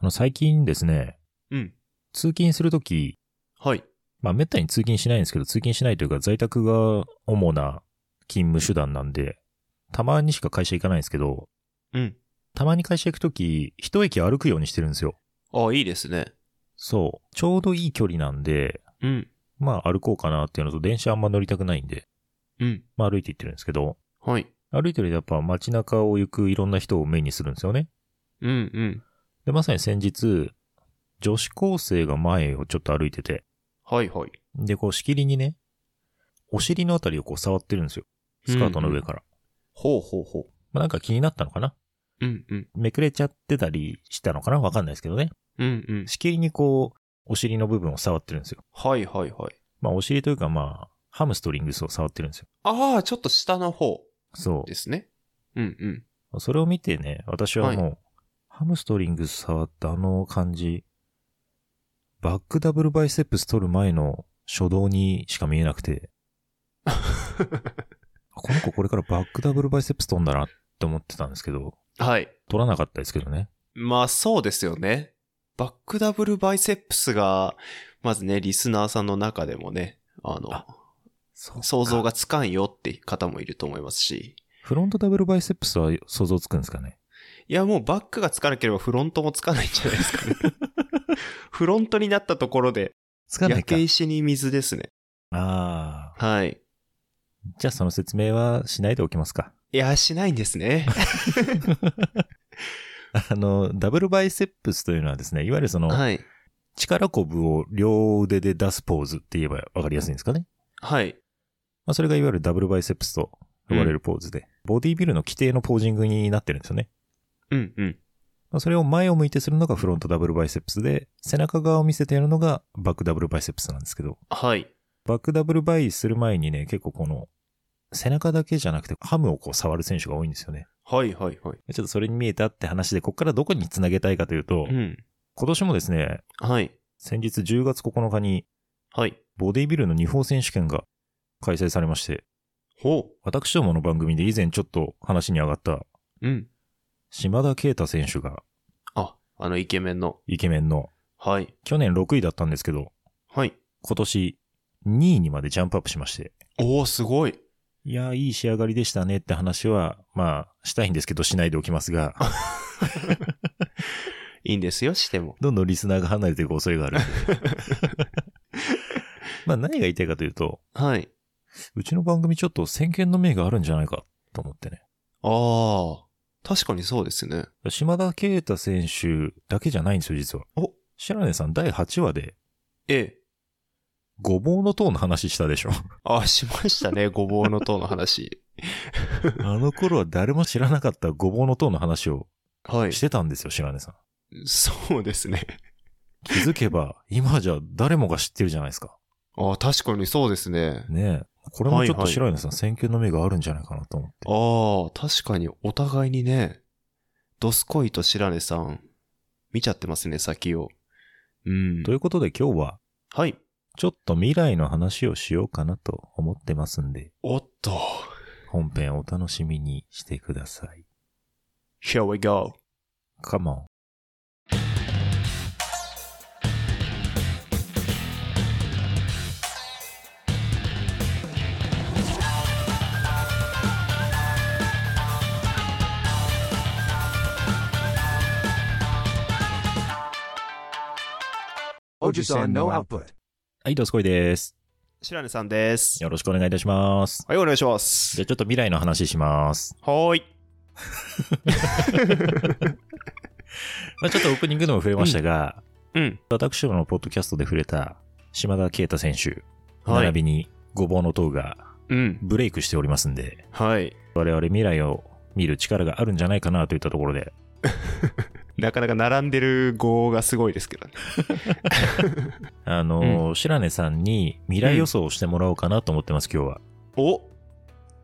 あの、最近ですね、うん。通勤するとき、はい。まあ、めったに通勤しないんですけど、通勤しないというか、在宅が主な勤務手段なんで、たまにしか会社行かないんですけど、うん。たまに会社行くとき、一駅歩くようにしてるんですよ。ああ、いいですね。そう。ちょうどいい距離なんで、うん。まあ、歩こうかなっていうのと、電車あんま乗りたくないんで、うん。まあ、歩いて行ってるんですけど、はい。歩いてるとやっぱ街中を行くいろんな人を目にするんですよね。うんうん。で、まさに先日、女子高生が前をちょっと歩いてて、はいはい。で、こう、しきりにね、お尻のあたりをこう触ってるんですよ。スカートの上から。ほうほうほまあ、なんか気になったのかなう。うんうん。めくれちゃってたりしたのかなわかんないですけどね。うんうん。しきりにこう、お尻の部分を触ってるんですよ。はいはいはい。まあ、お尻というかまあ、ハムストリングスを触ってるんですよ。ああ、ちょっと下の方そですね。うんうん。う。それを見てね、私はもう、ハムストリングス触ったあの感じ、バックダブルバイセップス取る前の初動にしか見えなくて、あこの子これからバックダブルバイセップス取んだなって思ってたんですけど、 はい。取らなかったですけどね。まあそうですよね。バックダブルバイセップスが、まずね、リスナーさんの中でもね、あの、あそ想像が。がつかんよって方もいると思いますし。フロントダブルバイセップスは想像つくんですかね。いや、もうバックがつかなければフロントもつかないんじゃないです かね。フロントになったところで、つかない焼かけ。石に水ですね。ああ。はい。じゃあその説明はしないでおきますか。 いや、しないんですね。あの、ダブルバイセップスというのはですね、いわゆるその、 はい。力こぶを両腕で出すポーズって言えばわかりやすいんですかね。はい。まあ、それがいわゆるダブルバイセップスと呼ばれるポーズで、ボディビルの規定のポージングになってるんですよね。うんうん。まあ、それを前を向いてするのがフロントダブルバイセップスで、背中側を見せてやるのがバックダブルバイセップスなんですけど、はい。バックダブルバイする前にね、結構この、背中だけじゃなくてハムをこう触る選手が多いんですよね。はいはいはい。ちょっとそれに見えたって話で、ここからどこにつなげたいかというと、うん。今年もですね、はい。先日10月9日にはい。ボディビルの日本選手権が開催されまして、ほ私どもの番組で以前ちょっと話に上がったう。うん。島田啓太選手があ、あのイケメンの。イケメンの、はい。去年6位だったんですけど、はい。今年2位にまでジャンプアップしまして、おおすごい。いやー、いい仕上がりでしたねって話は、まあ、したいんですけど、しないでおきますが、いいんですよ、しても。どんどんリスナーが離れていく恐れがあるんで。 まあ、何が言いたいかというと、はい。うちの番組ちょっと先見の明があるんじゃないかと思ってね。ああ。確かにそうですね。島田啓太選手だけじゃないんですよ、実は。お白根さん第8話で、ええ。ごぼうの塔の話したでしょ。あ、しましたね、 ごぼうの塔の話。 あの頃は誰も知らなかったごぼうの塔の話をはいし。てたんですよ、白根さん。そうですね。気づけば、今じゃ誰もが知ってるじゃないですか。ああ、確かにそうですね。ねえ。これもちょっはいとはい白根さん、先見の目があるんじゃないかなと思って。ああ、確かにお互いにね、ドスコイと白根さん、見ちゃってますね、先を。うん。ということで今日は、はい。ちょっと未来の話をしようかなと思ってますんで、おっと。本編お楽しみにしてください。 Here we go. Come on. おじさん no output. はい、どすこいです。白根さんです。よろしくお願いいたします。はい、お願いしまじゃす。あちょっと未来の話します。はーい。まあ、ちょっとオープニングでも触れましたが、うん。私どものポッドキャストで触れた島田啓太選手、はい並びにごぼうの塔がうん。ブレイクしておりますんで、はい。我々未来を見る力があるんじゃないかなといったところで、なかなか並んでる語がすごいですけどね。あのー白根さんに未来予想をしてもらおうかなと思ってます、今日は。お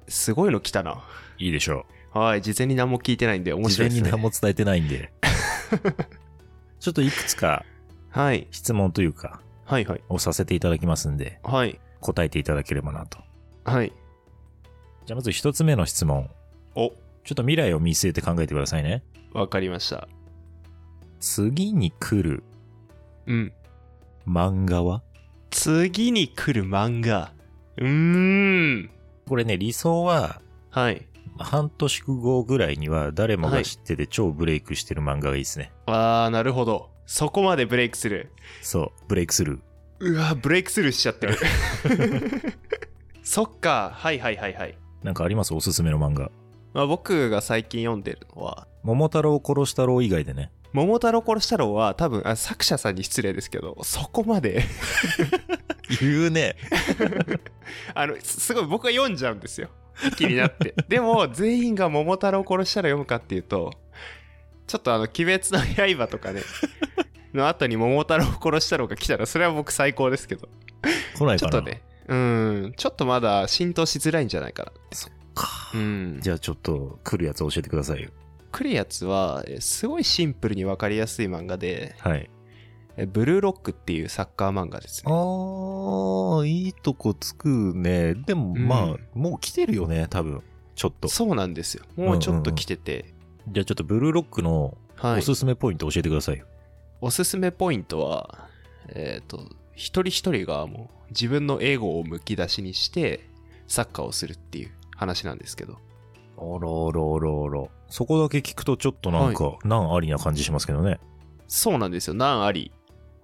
すごいの来たな。いいでしょはい、事前に何も聞いてないんでう。面事白前いですにね。何も伝えてないん で。ちょっといくつかはい。質問というか、はいはい。をさせていただきますんで、はい。答えていただければなと。はい。じゃあまず一つ目の質問。おちょっと未来を見据えて考えてくださいね。わかりました。次に来るうん。漫画は次に来る漫画。うーん。これね、理想は、はい。半年後ぐらいには誰もが知ってて超ブレイクしてる漫画がいいですね。あー、なるほど。そこまでブレイクする。そう、ブレイクスルー。うわ、ブレイクスルーしちゃってる。 そっか。はいはいはいはい。なんかありますおすすめの漫画。まあ、僕が最近読んでるのは、桃太郎殺した郎以外で ね。桃太郎殺した郎は多分あ作者さんに失礼ですけどそこまで言うね。あのすすごい僕は読んじゃうんですよ気になって でも全員が桃太郎殺したら読むかっていうとちょっとあの「鬼滅の刃」と かねの後に桃太郎殺した郎が来たらそれは僕最高ですけど来ないちかょっな。とねうんちょっとまだ浸透しづらいんじゃないかなかうんじゃあちょっと来るやつ教えてくださいよ。来るやつはえすごいシンプルに分かりやすい漫画ではい。えブルーロックっていうサッカー漫画ですねああ、いいとこつくね。でもうんまあ、もう来てるよね、多分。ちょっと。そうなんですよもうちょっと来てて、じゃあちょっとブルーロックのはい、おすすめポイント教えてくださいよ。おすすめポイントはえっ、と一人一人がもう自分のエゴをむき出しにしてサッカーをするっていう話なんですけどおろおろおろおろ。そこだけ聞くとちょっとなんか、難ありな感じしますけどね。そうなんですよ難あり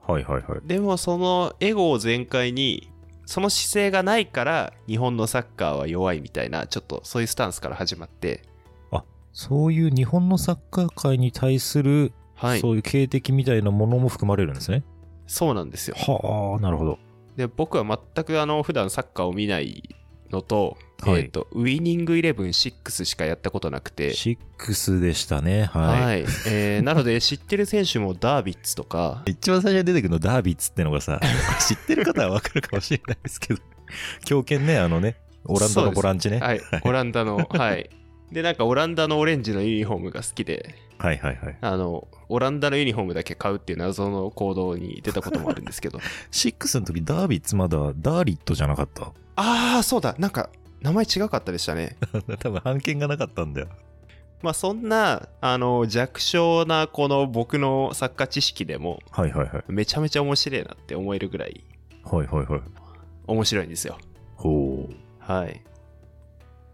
はいはいはい。でもそのエゴを全開にその姿勢がないから日本のサッカーは弱いみたいなちょっとそういうスタンスから始まってそういう日本のサッカー界に対する、はいそそうういう警笛みたいなものも含まれるんですね。なんですよはあ、なるほど。で僕は全くあの普段サッカーを見ないのと,、はいえーとウィニングイレブン6しかやったことなくてシックスでしたね。はい。はい、えーなので知ってる選手もダービッツとか一番最初に出てくるのダービッツってのが さ、知ってる方はわかるかもしれないですけど、狂犬ね、あのね、オランダのボランチね。はいはいオランダのはいでなんかオランダのオレンジのユニフォームが好きではいはい。あのオランダのユニフォームだけ買うっていう謎の行動に出たこともあるんですけどシックスの時ダービッツまだダーリットじゃなかった。 ああそうだなんか名前違かったでしたね多分判件がなかったんだよ。 まあそんなあの弱小なこの僕のサッカー知識でもはいはいはい。めちゃめちゃ面白いなって思えるぐらいはいはいはい。面白いんですよほう。はい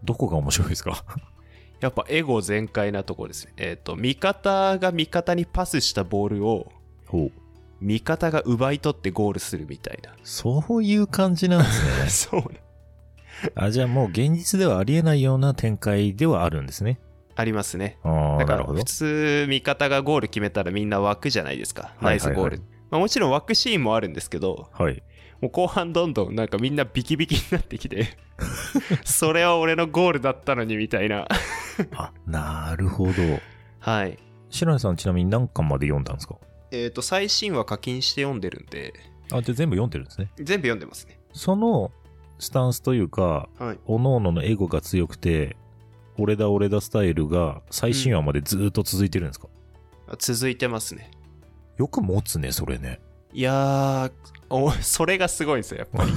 どこが面白いですかやっぱエゴ全開なところですね。えっ、と、味方が味方にパスしたボールを、ほう。味方が奪い取ってゴールするみた いな。そういう感じなん ですね。そうね。あ、じゃあもう現実ではありえないような展開ではあるんですね。ありますね。ああ、だなから、るほど普。通、味方がゴール決めたらみんな湧くじゃないですか。いはいはいナイスゴール。まあ、もちろん湧くシーンもあるんですけど、はい。もう後半どんどんなんかみんなビキビキになってき て、それは俺のゴールだったのにみたいな。あ、なるほど。はい。白根さんちなみに何巻まで読んだんですかえっ、と、最新話課金して読んでるんで、あ、じゃあ全部読んでるんですね。全部読んでますね。そのスタンスというか、はい。各々のエゴが強くて、俺だ俺だスタイルが最新話までずっと続いてるんですか、続いてますね。よく持つね、それね。いやーおそれがすごいんですよやっ ぱり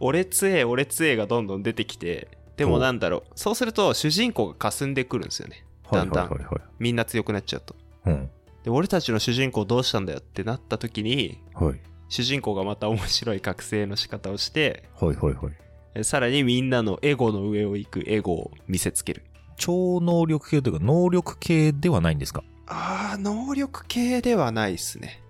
俺強え俺強えがどんどん出てきてでもなんだろうそうすると主人公が霞んでくるんですよねだんだんはいはいはいみんな強くなっちゃうとはい。うん。で俺たちの主人公どうしたんだよってなった時にはい。主人公がまた面白い覚醒の仕方をしてはいはいはい。えさらにみんなのエゴの上を行くエゴを見せつける超能力系というか、能力系ではないんですかあー能力系ではないっすね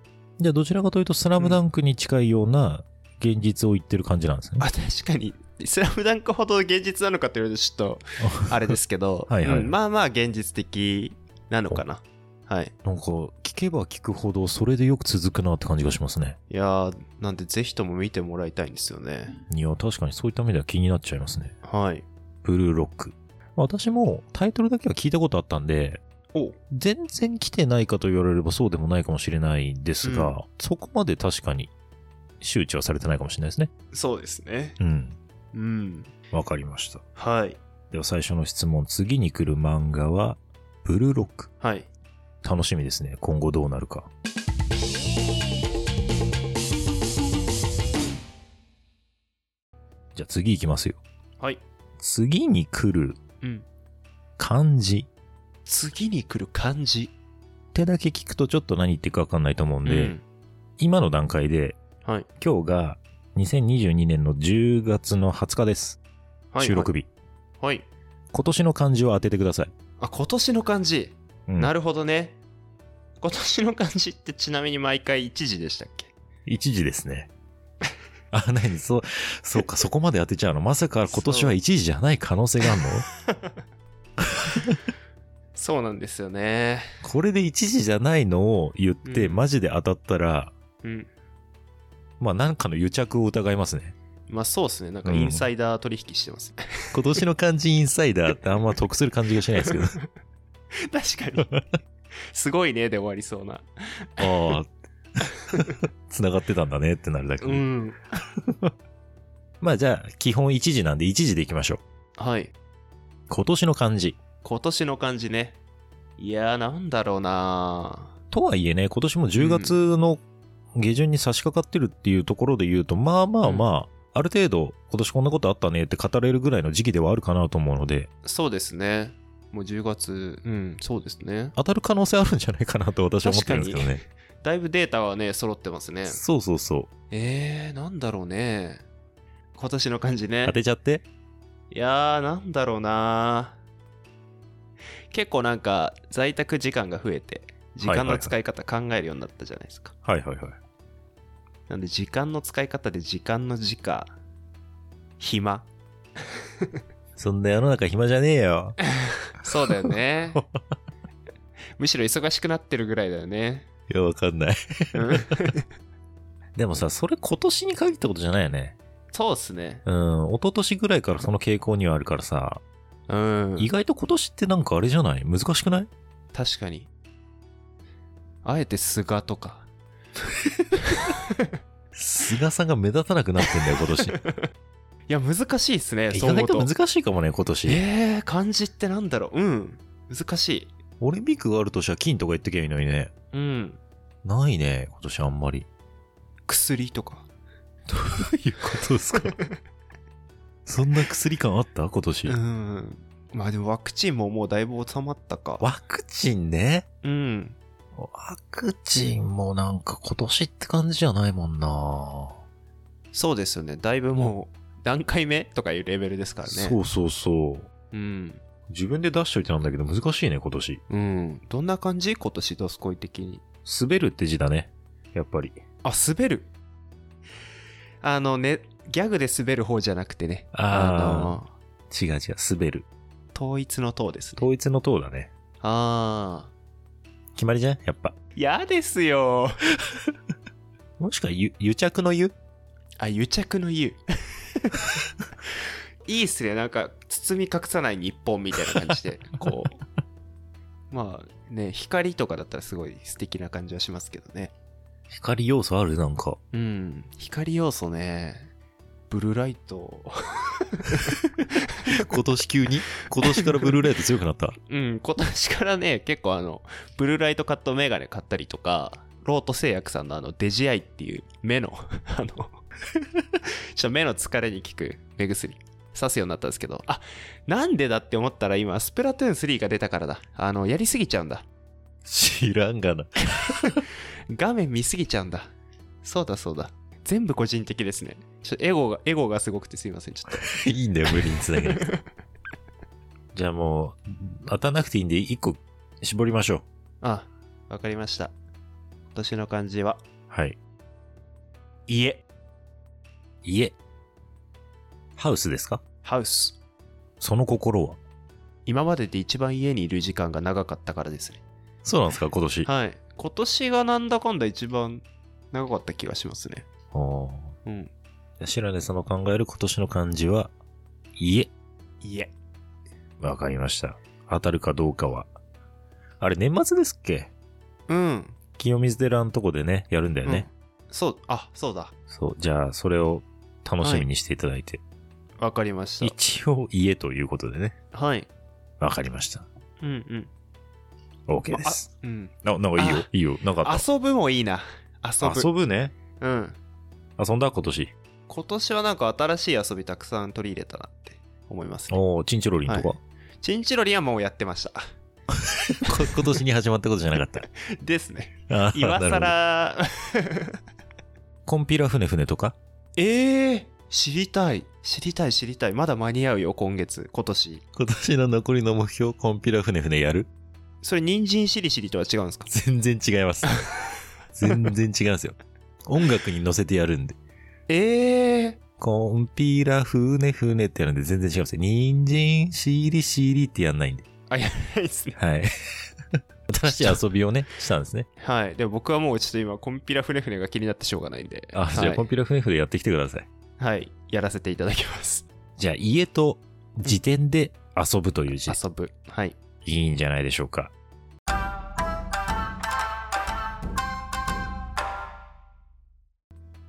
じゃあどちらかというと、スラムダンクに近いような現実を言ってる感じなんですね。あ確かに「スラムダンクほど現実なのかって言われるとちょっ とあれですけどはいはいうんまあまあ現実的なのかなはいなんか、聞けば聞くほど、それでよく続くなって感じがしますね。いやーなんでぜひとも見てもらいたいんですよねいや、確かにそういった意味では気になっちゃいますね。はいブルーロック。私もタイトルだけは聞いたことあったんで、お全然来てないかと言われればそうでもないかもしれないですが、うんそこまで確かに周知はされてないかもしれないですね。そうですねうん。うんわかりました。はいでは最初の質問、次に来る漫画は、ブルーロック。はい楽しみですね。今後どうなるか。じゃあ次行きますよ。はい次に来るうん漢字。次に来る漢字手だけ聞くとちょっと何言ってるかわかんないと思うんで、うん今の段階で、はい今日が2022年の10月の20日です。はい収録日。はい、はい今年の漢字を当ててください。あ今年の漢字、うんなるほどね今年の漢字ってちなみに毎回1時でしたっけ一時ですね。 あ、なに、そう、そうか、そこまで当てちゃうの。まさか今年は一時じゃない可能性 があるのそうなんですよねこれで一時じゃないのを言って、うんマジで当たったら、うんまあ、なんかの癒着を疑いますね。まあそうですねなんかインサイダー取引して ます、今年の漢字インサイダーってあんま得する感じがしないですけど。確か にすごいねで終わりそうなああ。 繋がってたんだねってなるだけ。うんまあじゃあ、基本一時なんで一時でいきましょう。はい今年の漢字。今年の漢字ねいやーなんだろうなとはいえね、今年も10月の下旬に差し掛かってるっていうところで言うと、まあまあまあ、ある程度今年こんなことあったねって語れるぐらいの時期ではあるかなと思うので、そうですねもう10月うんそうですね当たる可能性あるんじゃないかなと私は思ってるんですけどね。だいぶデータはね揃ってますねそうそうそう。えー、なんだろうね今年の漢字ね当てちゃって。いやーなんだろうな結構なんか在宅時間が増えて時間の使い方考えるようになったじゃないですか、はいはいはい。なんで時間の使い方で時間の時間暇そんな世の中暇じゃねえよ。そうだよね むしろ忙しくなってるぐらいだよねいや、わかんない。 うんでもさ、それ今年に限ったことじゃないよね。そうっすねうん、一昨年ぐらいからその傾向にはあるからさ、うん意外と今年ってなんかあれじゃない難しくない確かにあえて菅とか菅さんが目立たなくなってんだよ、今 年。いや難しいっすね意そう思外うとと難しいかもね、今年。えー、漢字ってなんだろううん難しいオリンピックがある年は金とか言ってきゃいいのにね。うんないね、今年あんまり。薬とかどういうことですか そんな薬感あった今年、うんまあでもワクチンももうだいぶ収まったかワクチンね。うんワクチンもなんか今年って感じじゃないもんな、そうですよねだいぶもう何回目とかいうレベルですからねそうそうそう。うん自分で出しといてなんだけど難しいね、今年。うんどんな感じ今年ドスコイ的に滑るって字だね。やっぱり。あ滑るあのねギャグで滑る方じゃなくてねああの違う違う、滑る。統一の党ですね統一の党だね。ああ決まりじゃんやっぱ。嫌ですよもしくは、ゆ、癒着の湯あ、癒着の湯。 いいっすね。なんか、包み隠さない日本みたいな感じ で、こう。まあね、光とかだったらすごい素敵な感じはしますけどね。光要素あるなんか。うん。光要素ね。ブルーライト。今年急に今年からブルーライト強くなった。 うん、今年からね、 結構あの、ブルーライトカットメガネ買ったりとか、ロート製薬さんのあの、デジアイっていう目の、 あの、ちょっと目の疲れに効く目薬、刺すようになったんですけど、あ、なんでだって思ったら今、スプラトゥーン3が出たからだ。あの、やりすぎちゃうんだ。知らんがな。画面見すぎちゃうんだ。そうだそうだ。全部個人的ですね。ちょっとエゴが、エゴがすごくてすいません、ちょっと。いいんだよ、無理につなげなくて。 じゃあもう、当たんなくていいんで、一個絞りましょう。あ、わかりました。今年の漢字は、はい。家、家。ハウスですかハウス。その心は今までで一番家にいる時間が長かったからですねそうなんですか、今年。あはい今年がなんだかんだ一番長かった気がしますねあ。うん白根さんの考える今年の漢字は、家。家わかりました。当たるかどうかは。あれ、年末ですっけうん清水寺のとこでね、やるんだよね。うんそうあそうだそう。じゃあ、それを楽しみにしていただいて。わかりまし一応、家ということでね。たはいわかりました。うんうん OK です。あうんな、なんかいいよあ、いいよ。なんかあっ遊ぶもいいな遊た。ぶ遊ぶね。うん遊んだ今年。今年はなんか新しい遊びたくさん取り入れたなって思いますねおー、チンチロリンとか。チンチロリはもうやってました こ今年に始まったことじゃなかった。です ね。あー今なるほど更コンピラ船船とかえー、知りたい知りたい知りたいまだ間に合うよ今月今年今年の残りの目標、コンピラ船船やるそれ人参しりしりとは違うんですか全然違い ます。全然違うんですよ。音楽に乗せてやるんで。えー、コンピラ船船ってやるんで全然違うんですよ。人参、しりしりってやんないんで。あやらないですねはい。 新しい遊びをね、したんですね。 はいでも僕はもうちょっと今コンピラフネフネが気になってしょうがないんであ、じゃあコンはピラ船船やってきてください。い、はい、やらせていただきますじゃあ家と時点で遊ぶという字、遊ぶはいいいんじゃないでしょうか。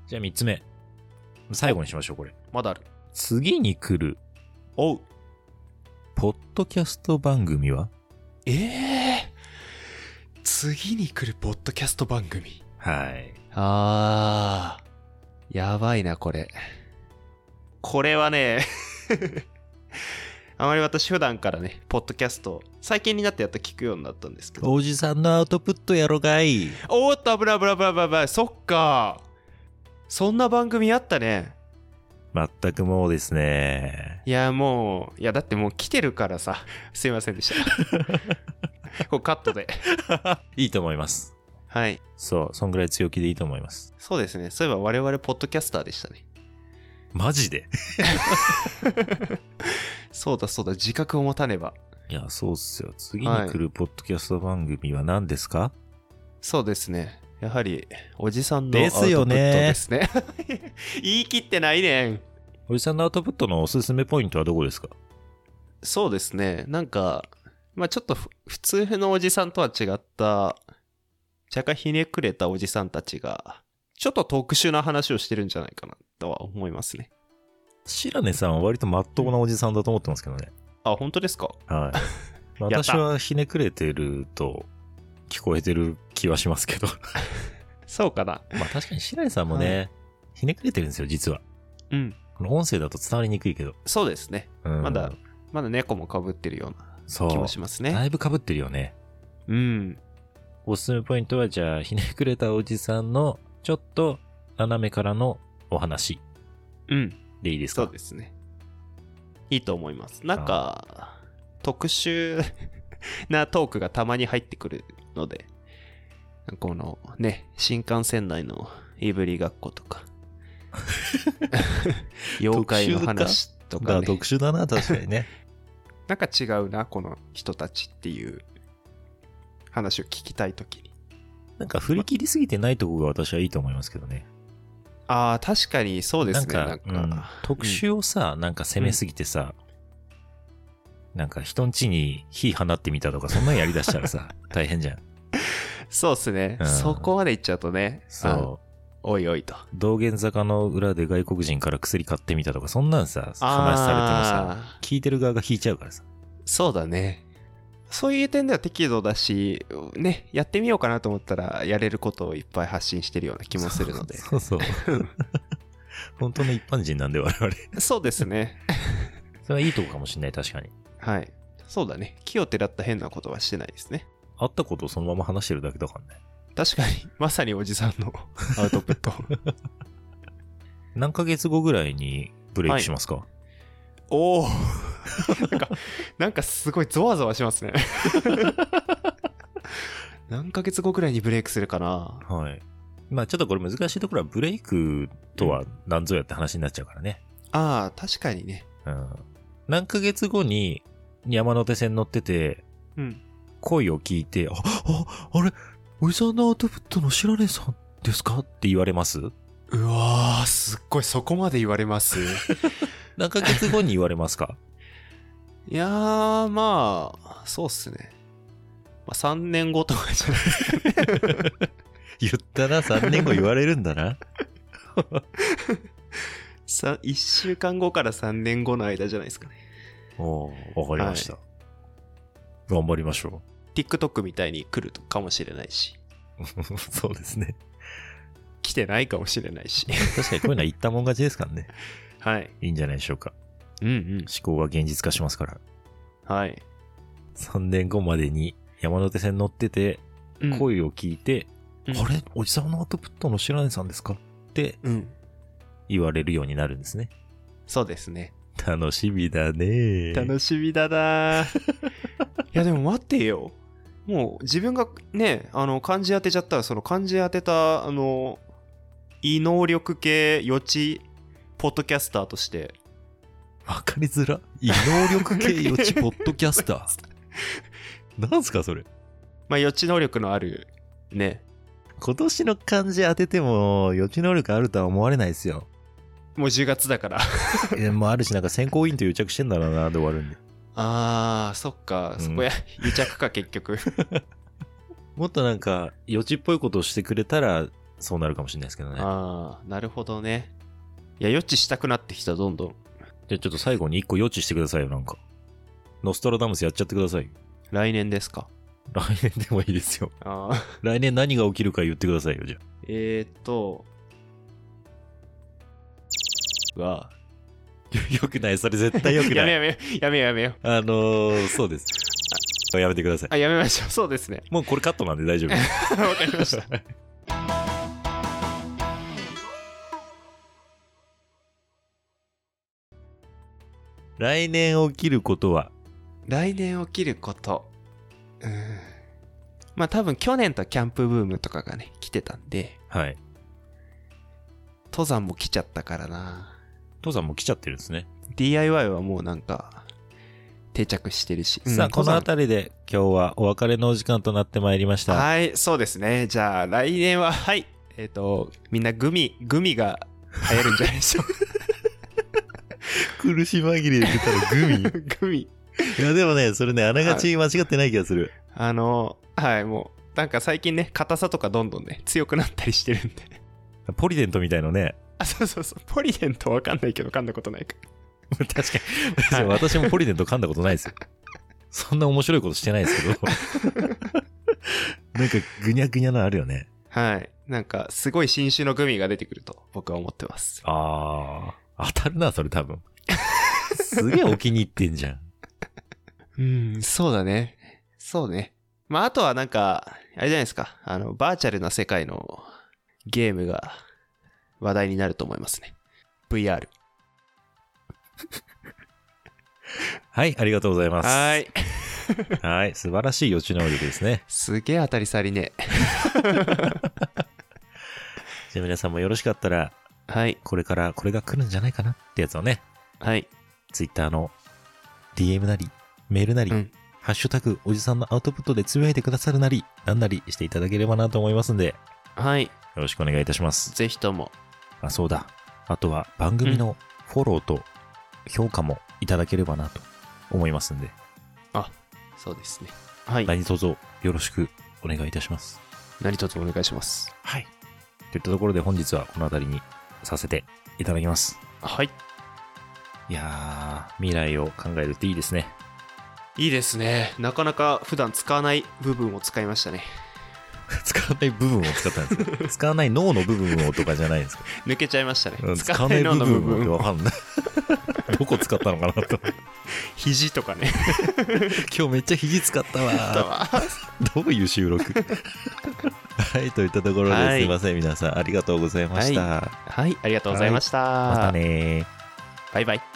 じゃあ3つ目。最後にしましょう、これ。まだある次に来る、おうポッドキャスト番組はええー、次に来るポッドキャスト番組はい。あーやばいなこれこれはね あまり私普段からねポッドキャスト最近になってやっと聞くようになったんですけどおじさんのアウトプットやろがい。おーっと危ない危ない危ない危ないそっかそんな番組あったねまったくもうですね。いやもういやだってもう来てるからさ すいませんでした こうカットでいいと思います。はいそう、そんぐらい強気でいいと思います。そうですねそういえば我々ポッドキャスターでしたねマジでそうだそうだ自覚を持たねばいや、そうっすよ。次に来るポッドキャスト番組は何ですか、そうですねやはりおじさんのアでウトすプッよトねですね 言い切ってないねんおじさんのアウトプットのおすすめポイントはどこですかそうですねなんかまあちょっとふ普通のおじさんとは違った若干ひねくれたおじさんたちがちょっと特殊な話をしてるんじゃないかなとは思いますね白根さんは割とまっとうなおじさんだと思ってますけどね。あ本当ですか はい。やっ私たはひねくれてると聞こえてる気はしますけど。そうかなまあ確かに白根さんもね、ひねくれてるんですよ、実は。うんこの音声だと伝わりにくいけど。そうですねうんまだ、まだ猫もかぶってるようそな気うも。しますだねいぶ被ってるよね。うんおすすめポイントは、じゃあ、ひねくれたおじさんの、ちょっと斜めからのお話うんでいいですそかうですねいいと思いますなんか特殊 なトークがたまに入ってくるのでなんかこのね新幹線内のいぶりがっこ とか妖怪の話とだかからね特殊だな、確かに ね。なんか違うなこの人たちっていう話を聞きたいときになんか振り切りすぎてないとこが私はいいと思いますけどね。ああ確かにそうでなすんねかなんかうん特殊をさ、なんか攻めすぎてさ、なんか人ん家に火放ってみたとか、そんなんやりだしたら さ、大変じゃん。そうですね、うんそこまで行っちゃうとねあそう。おいおいと道玄坂の裏で外国人から薬買ってみたとか、そんなんさ、話されてもさ、あー聞いてる側が引いちゃうからさ。そうだねそういう点では適度だしねやってみようかなと思ったらやれることをいっぱい発信してるような気もするの でそうそう。本当の一般人なんで我々。そうですねそれはいいとこかもしんない、確かに。はいそうだね木をてらった変なことはしてないですね会ったことをそのまま話してるだけだからね。確かにまさにおじさんのアウトプット何ヶ月後ぐらいにブレイクしますか、 おおなんかなんかすごいゾワゾワしますね 何ヶ月後くらいにブレイクするかなはい。まあちょっとこれ難しいところはブレイクとは何ぞやって話になっちゃうからね。ああ確かにねうん。何ヶ月後に山手線乗ってて、うん声を聞いて、あ、あ、あれ、おじさんのアウトプットの白根さんですかって言われますうわーすっごいそこまで言われます何ヶ月後に言われますかいやーまあそうっすね、まあ、3年後とかじゃない 言ったな、3年後言われるんだな。さ1週間後から3年後の間じゃないですかね おーわかりました、頑張りましょ TikTok みたいに来るかもしれないしう。 そうですね。来てないかもしれな いし確かにこういうのは言ったもん勝ちですから ね。はいいいんじゃないでしょうか。うんうん思考は現実化しますから。はい3年後までに山手線乗ってて、うん声を聞いて、うんあれおじさんのアウトプットの白根さんですかってうん。言われるようになるんですね。そうですね。楽しみだね。楽しみだ なーいや、でも待てよ。もう自分がね、あの、漢字当てちゃったら、その漢字当てた、あの、異能力系予知ポッドキャスターとして、わかりづら。異能力系予知ポッドキャスター。なんすかそれ。まあ予知能力のある、ね、今年の漢字当てても予知能力あるとは思われないですよ。もう10月だから。えもうあるし、なんか選考委員と癒着してんだろうな、で終わるんで。 あー、そっか、うんそこや、癒着 か結局。もっとなんか予知っぽいことをしてくれたら、そうなるかもしれないですけどね。じゃああー、なるほどね。いや、予知したくなってきた、どんどん。ちょっと最後に一個予知してくださいよ、なんか。ノストラダムスやっちゃってくださいよ。来年ですか。来年でもいいですよ。あー。来年何が起きるか言ってくださいよ、じゃあ。 えーっと、わあ。よくない、それ絶対よくやなめい。やめようやめようやめようあのー、そうです。あやめてください。あやめましょう そうですねもうこれカットなんで大丈夫です わかりました来年起きることは、来年起きることうーんまあ多分去年とキャンプブームとかがね来てたんではい。登山も来ちゃったからな父さんも来ちゃってるんですね。 DIY はもうなんか定着してるし、さあ、この後辺りで今日はお別れのお時間となってまいりました。はいそうですねじゃあ来年ははいえっ、とみんなグミグミが流行るんじゃないでしょうか苦し紛れでたら グミグミいや、でもね、それね、あながち間違ってない気がする。あのはいもうなんか最近ね硬さとかどんどんね強くなったりしてるんでポリデントみたいのね。あそうそうそうポリデントわかんないけど噛んだことないか確か に。私もポリデント噛んだことないですよ。そんな面白いことしてないですけど。 なんか、ぐにゃぐにゃのあるよね。らはいなんかすごい新種のグミが出てくると僕は思ってますああ。当たるな、それ多分。すげえお気に入ってんじゃん。うんそうだねそうねまああとはなんかあれじゃないですかあのバーチャルな世界のゲームが話題になると思いますね VR はい、ありがとうございます。はいはい、素晴らしい予知能力ですね。すげえ当たり障りねじゃあ皆さんもよろしかったら、はいこれからこれが来るんじゃないかなってやつをね、はいツイッターの DM なり、メールなり、うんハッシュタグ、おじさんのアウトプットでつぶやいてくださるなり、なんなりしていただければなと思いますんで、よはいろしくお願いいたします。ぜひともあ、そうだ。あとは番組のフォローと評価もいただければなと思いますんで、そうですねはい何卒よろしくお願いいたします。何卒お願いしますはい。といったところで本日はこの辺りにさせていただきます。はいいやー、未来を考えるっていいですね。いいですねなかなか普段使わない部分を使いましたね 使わない部分を使ったんです よ使わない脳の部分をとかじゃないん ですか抜けちゃいましたね、うん使わない脳の使部わない分をってわかんないどこ使ったのかなと肘とかね今日めっちゃ肘使ったわ どういう収 録はいといったところではすいいません皆さんありがとうございました、はいありがとうございました、またねーバイバイ